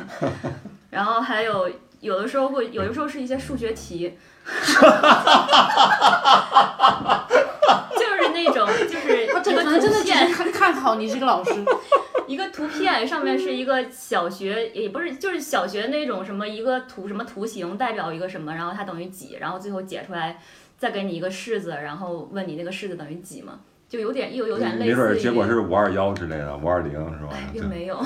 Speaker 4: 然后还有有的时候会有的时候是一些数学题。 <laughs> 就是那种，就是
Speaker 5: <laughs> 他这
Speaker 4: 一
Speaker 5: 个可
Speaker 4: 个
Speaker 5: 能真的只
Speaker 4: 图片
Speaker 5: 是看看好你是个老师，
Speaker 4: 一个图片上面是一个小学，也不是就是小学那种什么一个图什么图形代表一个什么，然后它等于几，然后最后解出来，再给你一个式子，然后问你那个式子等于几嘛，就有点又有点类似于
Speaker 2: 没准儿结果是五二幺之类的，五二零是吧？
Speaker 4: 哎，
Speaker 2: 对
Speaker 4: 并
Speaker 2: <laughs>
Speaker 4: 没有，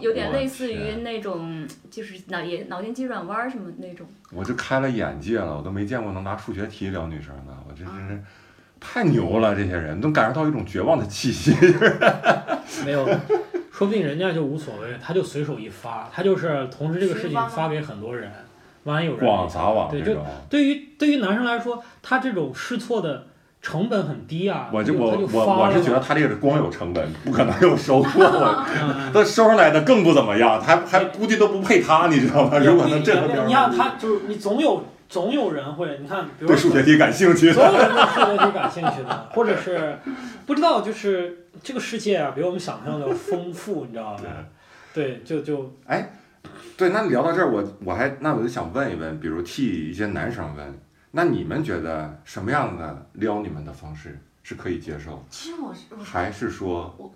Speaker 4: 有点
Speaker 2: 我
Speaker 4: 类似于
Speaker 2: 天
Speaker 4: 那种就是脑也脑筋急转弯儿什么那种。
Speaker 2: 我就开了眼界了，我都没见过能拿数学题撩女生的，我这真
Speaker 1: 嗯
Speaker 2: 是太牛了！这些人能感受到一种绝望的气息。
Speaker 1: 没有，说不定人家就无所谓，他就随手一发，他就是同时这个事
Speaker 5: 十
Speaker 1: 情
Speaker 5: 发吗
Speaker 1: 发给很多人，万一有人
Speaker 2: <laughs> 广撒网
Speaker 1: 对
Speaker 2: 这种，
Speaker 1: 对于对于男生来说，他这种试错的成本很低啊。
Speaker 2: 我
Speaker 1: 就
Speaker 2: 就我
Speaker 1: 他就
Speaker 2: 我
Speaker 1: 发
Speaker 2: 我是
Speaker 1: 了
Speaker 2: 觉得他这个光有成本，不可能有收获。我
Speaker 1: 嗯
Speaker 2: 他收上来的更不怎么样，还还估计都不配他，你知道
Speaker 1: 嗯
Speaker 2: 吗？ <laughs> 如果能这样，
Speaker 1: 你看他就是你总有总有人会，你看比如
Speaker 2: 对数学题感兴趣，
Speaker 1: 总有人对数学题感兴趣的，或者是不知道就是这个世界啊，比我们想象的丰富，你知道吧？对，就就
Speaker 2: 对，那你聊到这儿，我我还那我就想问一问，比如替一些男生问，那你们觉得什么样的撩你们的方式是可以接受，
Speaker 5: <laughs> 其实我是
Speaker 1: 嗯
Speaker 5: 我
Speaker 2: 还是说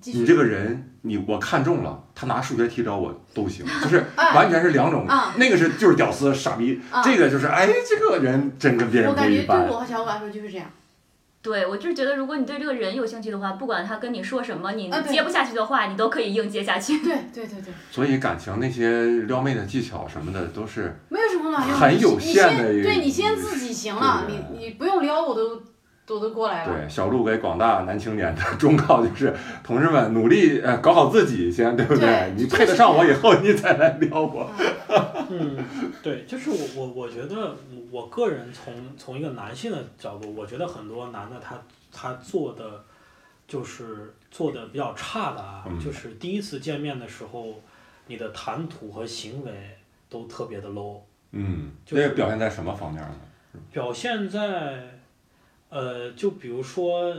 Speaker 5: 继
Speaker 2: 你
Speaker 5: 续
Speaker 2: 这个人你我看中了，他拿数学题找我
Speaker 5: <laughs>
Speaker 2: 都行，就是
Speaker 5: 哎
Speaker 2: 完全是两种
Speaker 5: 啊，
Speaker 2: 那个是就是屌丝傻逼
Speaker 5: 啊，
Speaker 2: 这个就是哎这个人真跟别
Speaker 5: 我
Speaker 2: 人不
Speaker 5: 感
Speaker 2: 一
Speaker 5: 觉对
Speaker 2: 般。
Speaker 5: 我和小五来说就是这样。
Speaker 4: 对，我就是觉得，如果你对这个人有兴趣的话，不管他跟你说什么，你
Speaker 5: 啊对
Speaker 4: 接不下去的话，你都可以硬接下去。
Speaker 5: 对对对对，
Speaker 2: 所以感情那些撩妹的技巧什么的都是
Speaker 5: 没有什么么卵用？
Speaker 2: 很有
Speaker 5: 你
Speaker 2: 限的
Speaker 5: 你先
Speaker 2: 一个
Speaker 5: 对你先自己行了，
Speaker 2: 对
Speaker 5: 你你不用撩我都都都过来了。
Speaker 2: 对，小鹿给广大男青年的忠告就是：同志们，努力呃搞好自己先，对不
Speaker 5: 对
Speaker 2: 你配得上我以后，你再来撩我。
Speaker 1: 嗯，对，就是我我我觉得我个人从从一个男性的角度，我觉得很多男的他他做的就是做的比较差的啊，
Speaker 2: 嗯
Speaker 1: 就是第一次见面的时候，你的谈吐和行为都特别的 low，
Speaker 2: 嗯，
Speaker 1: 就
Speaker 2: 这
Speaker 1: 是
Speaker 2: 个表现在什么方面呢？
Speaker 1: 表现在呃，就比如说。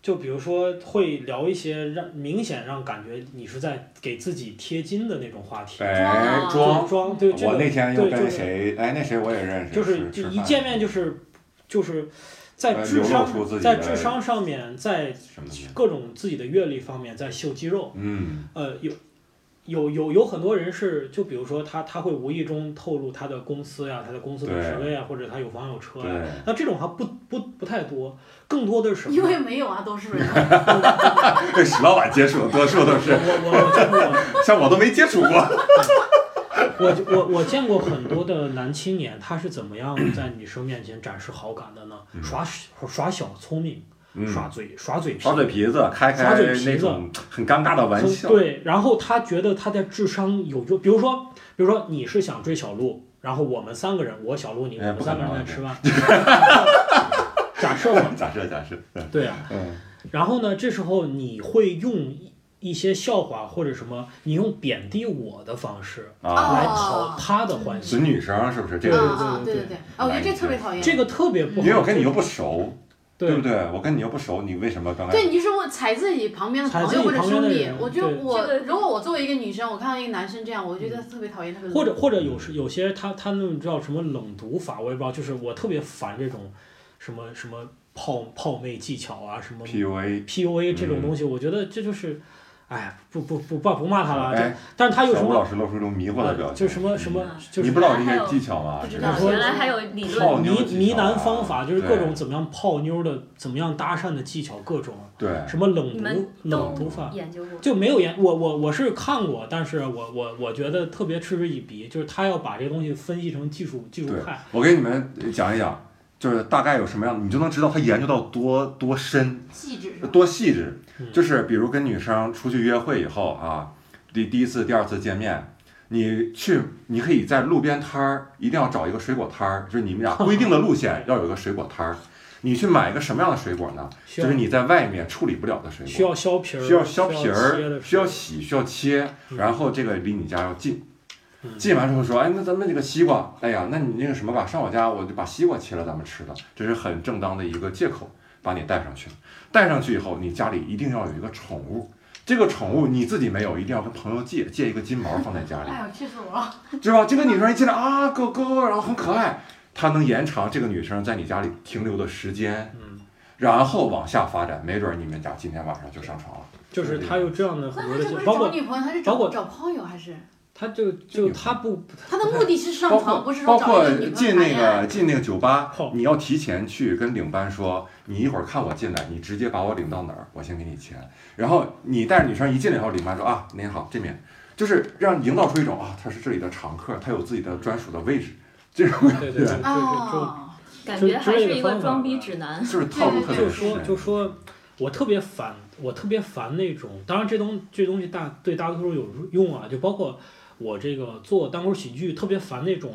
Speaker 1: 就比如说，会聊一些让明显让感觉你是在给自己贴金的那种话题，
Speaker 2: 哎，
Speaker 5: 装啊
Speaker 1: 就
Speaker 2: 装
Speaker 1: 是。装对这个
Speaker 2: 我那天又
Speaker 1: 对这
Speaker 2: 跟
Speaker 1: 个
Speaker 2: 谁，哎，那谁我也认识，
Speaker 1: 就是
Speaker 2: 吃
Speaker 1: 就
Speaker 2: 吃
Speaker 1: 一
Speaker 2: 饭
Speaker 1: 见面就是就是在
Speaker 2: 呃
Speaker 1: 智
Speaker 2: 流露
Speaker 1: 商
Speaker 2: 出自己
Speaker 1: 在
Speaker 2: 的嗯
Speaker 1: 智商上面，在
Speaker 2: 什么的，
Speaker 1: 各种自己的阅历方面在秀肌肉。
Speaker 2: 嗯
Speaker 1: 呃，有有有有很多人是，就比如说他他会无意中透露他的公司呀，他的公司的
Speaker 2: 对
Speaker 1: 职位啊，或者他有房有车呀。
Speaker 2: 对，
Speaker 1: 那这种还不不不太多，更多的是什么呢？
Speaker 5: 因为没有啊，都是人。
Speaker 2: 跟史老板接触的多数都是，
Speaker 1: 我我我见过
Speaker 2: 像我都没接
Speaker 1: <laughs>
Speaker 2: 触过。
Speaker 1: 我就我我见过很多的男青年，他是怎么样在女生面前展示好感的呢？耍耍小聪明，
Speaker 2: 嗯，
Speaker 1: 耍嘴耍嘴皮，
Speaker 2: 耍嘴皮子，开
Speaker 1: 耍
Speaker 2: 开
Speaker 1: 嘴皮子
Speaker 2: 那种很尴尬的玩
Speaker 1: 很
Speaker 2: 笑。
Speaker 1: 对，然后他觉得他在智商有就，比如说，比如说你是想追小鹿，然后我们三个人，我小鹿你，我
Speaker 2: 哎
Speaker 1: 们
Speaker 2: 不
Speaker 1: 三个人
Speaker 2: 可
Speaker 1: 在
Speaker 2: 能
Speaker 1: 吃饭。 <laughs> 假设嘛，
Speaker 2: 假设假设，嗯
Speaker 1: 对啊。
Speaker 2: 嗯
Speaker 1: 然后呢，这时候你会用一一些笑话或者什么，你用贬低我的方式
Speaker 2: 啊，
Speaker 5: 哦
Speaker 1: 来讨他的欢心，
Speaker 2: 损女生是不是？这
Speaker 5: 啊
Speaker 2: 个
Speaker 5: 啊，
Speaker 1: 对
Speaker 5: 对
Speaker 1: 对
Speaker 5: 对对，啊，我觉得这特别讨厌。
Speaker 1: 这个特别
Speaker 5: 嗯
Speaker 1: 不好。
Speaker 2: 因为我跟你又不熟，对不
Speaker 1: 对，
Speaker 2: 对？我跟你又不熟，你为什么刚开
Speaker 5: 对，
Speaker 2: 始？
Speaker 5: 你就是我踩自己旁边的
Speaker 1: 踩
Speaker 5: 朋
Speaker 1: 自
Speaker 5: 友
Speaker 1: 己
Speaker 5: 或者
Speaker 1: 旁边
Speaker 5: 兄
Speaker 1: 的
Speaker 5: 弟
Speaker 1: 人，
Speaker 5: 我觉得
Speaker 1: 对
Speaker 5: 我
Speaker 4: 这个
Speaker 5: 如果我作为一个女生，我看到一个男生这样，我觉得特别讨厌他的。
Speaker 1: 或者或者
Speaker 2: 嗯
Speaker 1: 有时有些他他那种叫什么冷读法，我也不知道，就是我特别烦这种什么什么泡泡妹技巧啊，什么
Speaker 2: PUA，
Speaker 1: PUA 这
Speaker 2: 嗯
Speaker 1: 种东西，我觉得这就是，哎，不不不不不骂他了。
Speaker 2: 哎
Speaker 1: 这，但是啊他有什
Speaker 2: 小吴老
Speaker 1: 么？
Speaker 2: 师露出一种迷惑的表
Speaker 1: 呃
Speaker 2: 情，
Speaker 1: 就什么什么
Speaker 4: 嗯，
Speaker 1: 就
Speaker 2: 你
Speaker 1: 是
Speaker 2: 不知道这个技巧吗？
Speaker 5: 不知
Speaker 2: 这
Speaker 5: 道
Speaker 2: 个
Speaker 1: 说
Speaker 4: 原来还有理论。
Speaker 2: 泡
Speaker 1: 迷
Speaker 2: 妞的技巧啊
Speaker 1: 迷男方法，就是各种
Speaker 2: 对
Speaker 1: 怎么样泡妞的，怎么样搭讪的技巧，各种啊
Speaker 2: 对，
Speaker 1: 什么冷
Speaker 4: 你们
Speaker 1: 读
Speaker 4: 都
Speaker 1: 冷读法，
Speaker 4: 研究过。
Speaker 1: 就没有研我我我是看过，但是我我我觉得特别嗤之以鼻，就是他要把这个东西分析成技术技术
Speaker 2: 对
Speaker 1: 派，
Speaker 2: 我给你们讲一讲，就是大概有什么样，你就能知道他研究到多多深、
Speaker 5: 气质是吧？
Speaker 2: 多细致
Speaker 1: 嗯。
Speaker 2: 就是比如跟女生出去约会以后啊，第第一次、第二次见面，你去，你可以在路边摊儿，一定要找一个水果摊儿，就是你
Speaker 1: <laughs>
Speaker 2: 们俩规定的路线要有一个水果摊儿。你去买一个什么样的水果呢？
Speaker 1: 需
Speaker 2: 就
Speaker 1: 要
Speaker 2: 是你在外面处理不了的水
Speaker 1: 需
Speaker 2: 果，
Speaker 1: 要削皮儿，
Speaker 2: 需要削皮
Speaker 1: 切
Speaker 2: 儿，
Speaker 1: 的
Speaker 2: 需要
Speaker 1: 时候
Speaker 2: 洗，需要切，
Speaker 1: 嗯
Speaker 2: 然后这个离你家要近。
Speaker 1: 嗯
Speaker 2: 进完之后说，哎，那咱们这个西瓜，哎呀，那你那个什么吧，上我家我就把西瓜切了，咱们吃了，这是很正当的一个借口，把你带上去。带上去以后，你家里一定要有一个宠物，这个宠物你自己没有，一定要跟朋友借，借一个金毛放在家里，
Speaker 5: 哎呦，气死我了！
Speaker 2: 知道吧？这个女生一进来啊，狗狗，然后很可爱，它能延长这个女生在你家里停留的时间，
Speaker 1: 嗯，
Speaker 2: 然后往下发展，没准你们家今天晚上就上床了。
Speaker 1: 就是他有这样的很
Speaker 5: 那
Speaker 1: 多
Speaker 5: 他
Speaker 1: 的
Speaker 5: 这
Speaker 1: 技
Speaker 5: 不
Speaker 1: 巧，
Speaker 5: 是
Speaker 1: 包括
Speaker 5: 找女朋友，他是
Speaker 1: 包括
Speaker 5: 找找炮友还是？
Speaker 1: 他就就他不
Speaker 5: 他的目的是上
Speaker 2: 包
Speaker 5: 床，不
Speaker 2: 括
Speaker 5: 是
Speaker 2: 包
Speaker 5: 说找
Speaker 2: 括
Speaker 5: 一个女朋
Speaker 2: 进
Speaker 5: 友谈
Speaker 2: 那
Speaker 5: 恋爱。
Speaker 2: 个进那个酒吧
Speaker 1: 哦，
Speaker 2: 你要提前去跟领班说，你一会儿看我进来，你直接把我领到哪儿，我先给你钱。然后你带着女生一进来以后，领班说啊，您好，这面，就是让营造出一种啊，他是这里的常客，他有自己的专属的位置，这种
Speaker 1: 对对对对对就。
Speaker 5: 哦，
Speaker 4: 感觉还是一
Speaker 1: 之类
Speaker 4: 个
Speaker 1: 的
Speaker 4: 装逼指南。
Speaker 2: 就是套路特
Speaker 1: 就
Speaker 2: 别
Speaker 1: 是说，
Speaker 2: 深。
Speaker 1: 就说我特别烦，我特别烦那种。当然，这东这东西大对大多数有用啊，就包括我这个做单口喜剧，特别烦那种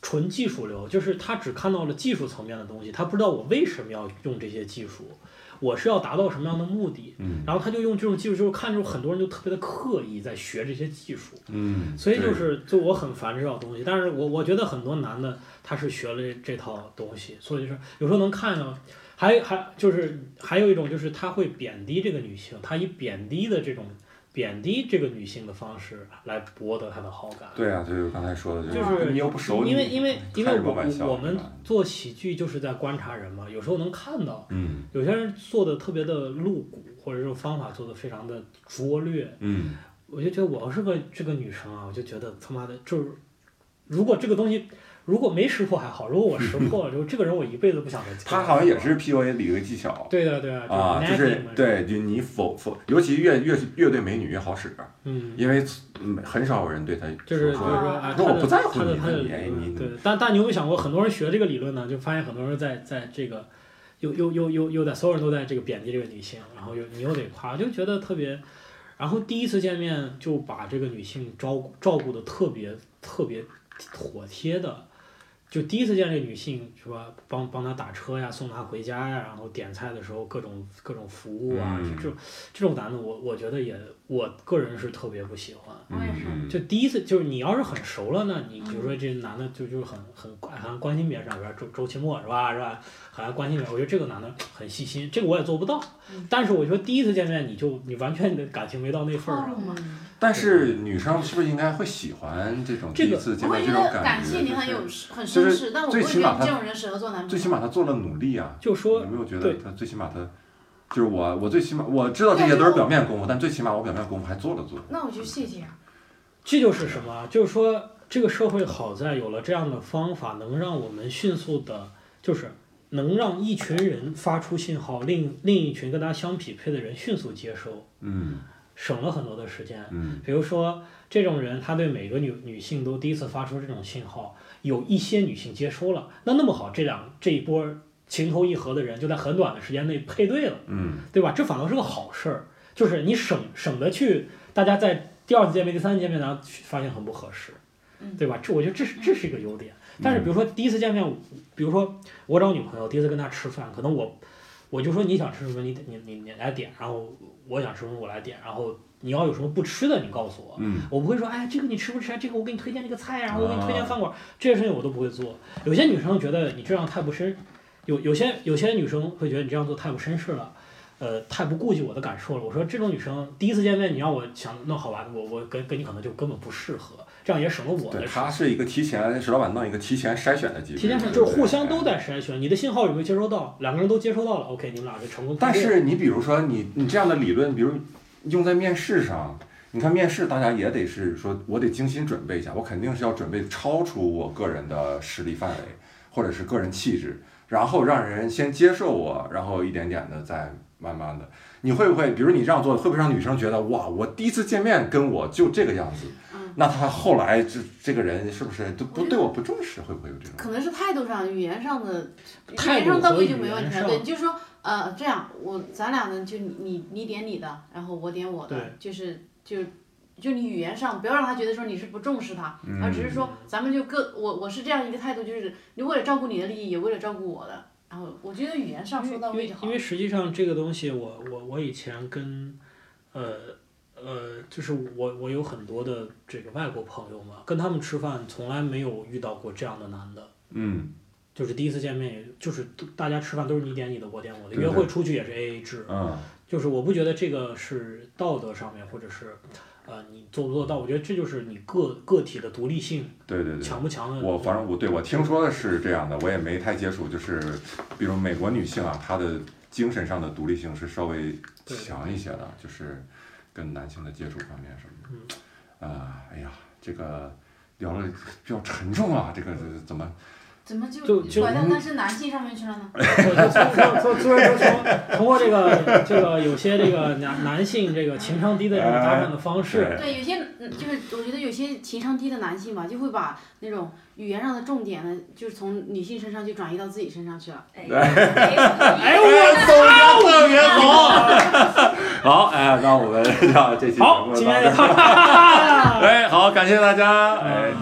Speaker 1: 纯技术流，就是他只看到了技术层面的东西，他不知道我为什么要用这些技术，我是要达到什么样的目的。
Speaker 2: 嗯
Speaker 1: 然后他就用这种技术，就是看着很多人就特别的刻意在学这些技术，
Speaker 2: 嗯，
Speaker 1: 所以就
Speaker 2: 对
Speaker 1: 是就我很烦这种东西，但是我我觉得很多男的他是学了这套东西，所以就是有时候能看到，还还就是还有一种就是他会贬低这个女性，他以贬低的这种贬低这个女性的方式来博得她的好感。
Speaker 2: 对啊，就是刚才说的，
Speaker 1: 就是
Speaker 2: 你又不熟，
Speaker 1: 因为
Speaker 2: 你
Speaker 1: 因为因
Speaker 2: 开
Speaker 1: 为
Speaker 2: 什么
Speaker 1: 我
Speaker 2: 玩笑
Speaker 1: 我我们
Speaker 2: 对吧
Speaker 1: 做喜剧就是在观察人嘛，有时候能看到
Speaker 2: 嗯
Speaker 1: 有些人做的特别的露骨，或者这种方法做的非常的拙劣，
Speaker 2: 嗯，
Speaker 1: 我就觉得我要是个这个女生啊，我就觉得他妈的，就是如果这个东西，如果没识破还好，如果我识破
Speaker 2: <laughs>
Speaker 1: 了之后，这个人我一辈子不想跟。
Speaker 2: 他好像也是 PUA 里的技巧
Speaker 1: 对的，对的，
Speaker 2: 啊，就
Speaker 1: nagging
Speaker 2: 是
Speaker 1: 嘛，
Speaker 2: 对，就你否否，尤其越越越对美女越好使，啊
Speaker 1: 嗯，
Speaker 2: 因为嗯很少有人对他
Speaker 1: 就是就是
Speaker 2: 说
Speaker 1: 说
Speaker 5: 啊
Speaker 1: 啊，
Speaker 2: 那
Speaker 1: 他
Speaker 2: 我
Speaker 1: 的
Speaker 2: 不在乎
Speaker 1: 他的
Speaker 2: 你哎
Speaker 1: 他的
Speaker 2: 你
Speaker 1: 理
Speaker 2: 你
Speaker 1: 论
Speaker 2: 你
Speaker 1: 对，但但你有没有想过，很多人学这个理论呢，就发现很多人在在这个又又又又又在所有人都在这个贬低这个女性，然后又你又得夸，就觉得特别。然后第一次见面就把这个女性照顾照顾的特别特别妥帖的，就第一次见这个女性是吧？帮帮她打车呀，送她回家呀，然后点菜的时候各种各种服务啊，
Speaker 2: 嗯
Speaker 1: 这种这种男的我我觉得也我个人是特别不喜欢。
Speaker 4: 我也是
Speaker 2: 嗯
Speaker 1: 就第一次就是你要是很熟了呢，你比如说这男的就就是很很关很关心别人，比如说周周奇墨是吧是吧，很关心别人，我觉得这个男的很细心，这个我也做不到。但是我觉得第一次见面你就你完全你的感情没到那份儿啊
Speaker 5: 套
Speaker 1: 上
Speaker 5: 路，嘛，
Speaker 2: 但是女生是不是应该会喜欢这种
Speaker 1: 这
Speaker 2: 第
Speaker 1: 个
Speaker 2: 一次见
Speaker 5: 我会
Speaker 2: 面
Speaker 5: 觉
Speaker 2: 这种
Speaker 5: 得
Speaker 2: 感
Speaker 5: 谢你很
Speaker 2: 就
Speaker 5: 有啊
Speaker 2: 是
Speaker 5: 很绅
Speaker 2: 就是
Speaker 5: 士，但我不
Speaker 2: 最
Speaker 5: 会
Speaker 2: 起
Speaker 5: 觉
Speaker 2: 码
Speaker 5: 得
Speaker 2: 他
Speaker 5: 这种人适合做男
Speaker 2: 最
Speaker 5: 朋
Speaker 2: 起
Speaker 5: 友。
Speaker 2: 码她做了努力啊。
Speaker 1: 就说
Speaker 2: 你没有觉得
Speaker 1: 对
Speaker 2: 她最起码她就是我，我最起码我知道这些都是表面功夫，但最起码我表面功夫还做了做。
Speaker 5: 那我就谢谢啊，
Speaker 1: 这就是什么？就是说，这个社会好在有了这样的方法，能让我们迅速的，就是能让一群人发出信号，另另一群跟他相匹配的人迅速接收，
Speaker 2: 嗯
Speaker 1: 省了很多的时间。
Speaker 2: 嗯
Speaker 1: 比如说，这种人他对每个女女性都第一次发出这种信号，有一些女性接收了，那那么好，这两这一波情投意合的人就在很短的时间内配对了。
Speaker 2: 嗯
Speaker 1: 对吧？这反倒是个好事儿，就是你省省得去，大家在第二次见面、第三次见面，然后去发现很不合适，对吧？这我觉得这是这是一个优点。但是比如说第一次见面，比如说我找女朋友第一次跟她吃饭，可能我我就说你想吃什么，你你你你来点，然后我想吃什么我来点，然后你要有什么不吃的你告诉我。
Speaker 2: 嗯，
Speaker 1: 我不会说，哎，这个你吃不吃啊？这个我给你推荐这个菜啊，然后我给你推
Speaker 2: 啊
Speaker 1: 荐饭馆，这些事情我都不会做。有些女生觉得你这样太不绅，有有些有些女生会觉得你这样做太不绅士了，呃，太不顾及我的感受了。我说这种女生第一次见面，你让我想弄好玩，我我跟跟你可能就根本不适合，这样也省了我
Speaker 2: 对，
Speaker 1: 的时
Speaker 2: 她是一个提前，石老板弄一个提前筛选的机制，
Speaker 1: 提前
Speaker 2: 对
Speaker 1: 上
Speaker 2: 不
Speaker 1: 就
Speaker 2: 对
Speaker 1: 是互相都。在筛选，你的信号有没有接收到？两个人都接收到了，OK，你们俩就成功配
Speaker 2: 但
Speaker 1: 对了。
Speaker 2: 是你比如说你你这样的理论，比如用在面试上。你看面试，大家也得是说，我得精心准备一下，我肯定是要准备超出我个人的实力范围，或者是个人气质，然后让人先接受我，然后一点点的再慢慢的，你会不会，比如你这样做，会不会让女生觉得哇，我第一次见面跟我就这个样子，
Speaker 5: 嗯
Speaker 2: 那她后来这这个人是不是都
Speaker 5: 我
Speaker 2: 不
Speaker 5: 觉得
Speaker 2: 对我不重视？会不会有这种？
Speaker 5: 可能是态度上、语言上的，语
Speaker 1: 态
Speaker 5: 言
Speaker 1: 度
Speaker 5: 上到
Speaker 1: 和
Speaker 5: 位
Speaker 1: 语
Speaker 5: 就没问
Speaker 1: 言
Speaker 5: 题了。
Speaker 1: 上
Speaker 5: 对，，你就说呃，这样我咱俩呢，就你你你点你的，然后我点我的
Speaker 1: 对，
Speaker 5: 就是就就你语言上不要让他觉得说你是不重视他，
Speaker 2: 嗯
Speaker 5: 而只是说咱们就各我我是这样一个态度，就是你为了照顾你的利益，也为了照顾我的。然后我觉得语言上说到
Speaker 1: 因
Speaker 5: 位
Speaker 1: 为
Speaker 5: 就好
Speaker 1: 因。为实际上这个东西我，我我以前跟，呃呃，就是我我有很多的这个外国朋友嘛，跟他们吃饭从来没有遇到过这样的男的，
Speaker 2: 嗯
Speaker 1: 就是第一次见面也就是都大家吃饭都是你点你的，我点我的，
Speaker 2: 对
Speaker 1: 约
Speaker 2: 对
Speaker 1: 会出去也是 A A 制，
Speaker 2: 嗯
Speaker 1: 就是我不觉得这个是道德上面或者是。呃，你做不做到？我觉得这就是你个个体的独立性
Speaker 2: 对对对。
Speaker 1: 强不强的。
Speaker 2: 我反正我对我听说的是这样的，我也没太接触，就是比如美国女性啊，她的精神上的独立性是稍微
Speaker 1: 对对
Speaker 2: 强一些的，就是跟男性的接触方面什么的。
Speaker 1: 嗯
Speaker 2: 啊、哎呀，这个聊了比较沉重啊，这个怎么？
Speaker 5: 怎么就
Speaker 1: 就就
Speaker 5: 拐到但是男性上面去了呢？
Speaker 1: 我就从从从从从通过这个这个有些这个男男性这个情商低的这种搭讪的方式，
Speaker 2: 对
Speaker 5: 对，有些嗯就是我觉得有些情商低的男性吧，就会把那种语言上的重点呢，就是从女性身上就转移到自己身上去了。
Speaker 4: 哎，哎
Speaker 1: 哎我
Speaker 2: 总结特别好。 <laughs> 好，哎，那我们这期节目
Speaker 1: 好，
Speaker 2: 到
Speaker 1: 今天就
Speaker 2: 这儿。
Speaker 1: 到这儿。
Speaker 2: 哎，好，感谢大家，哎。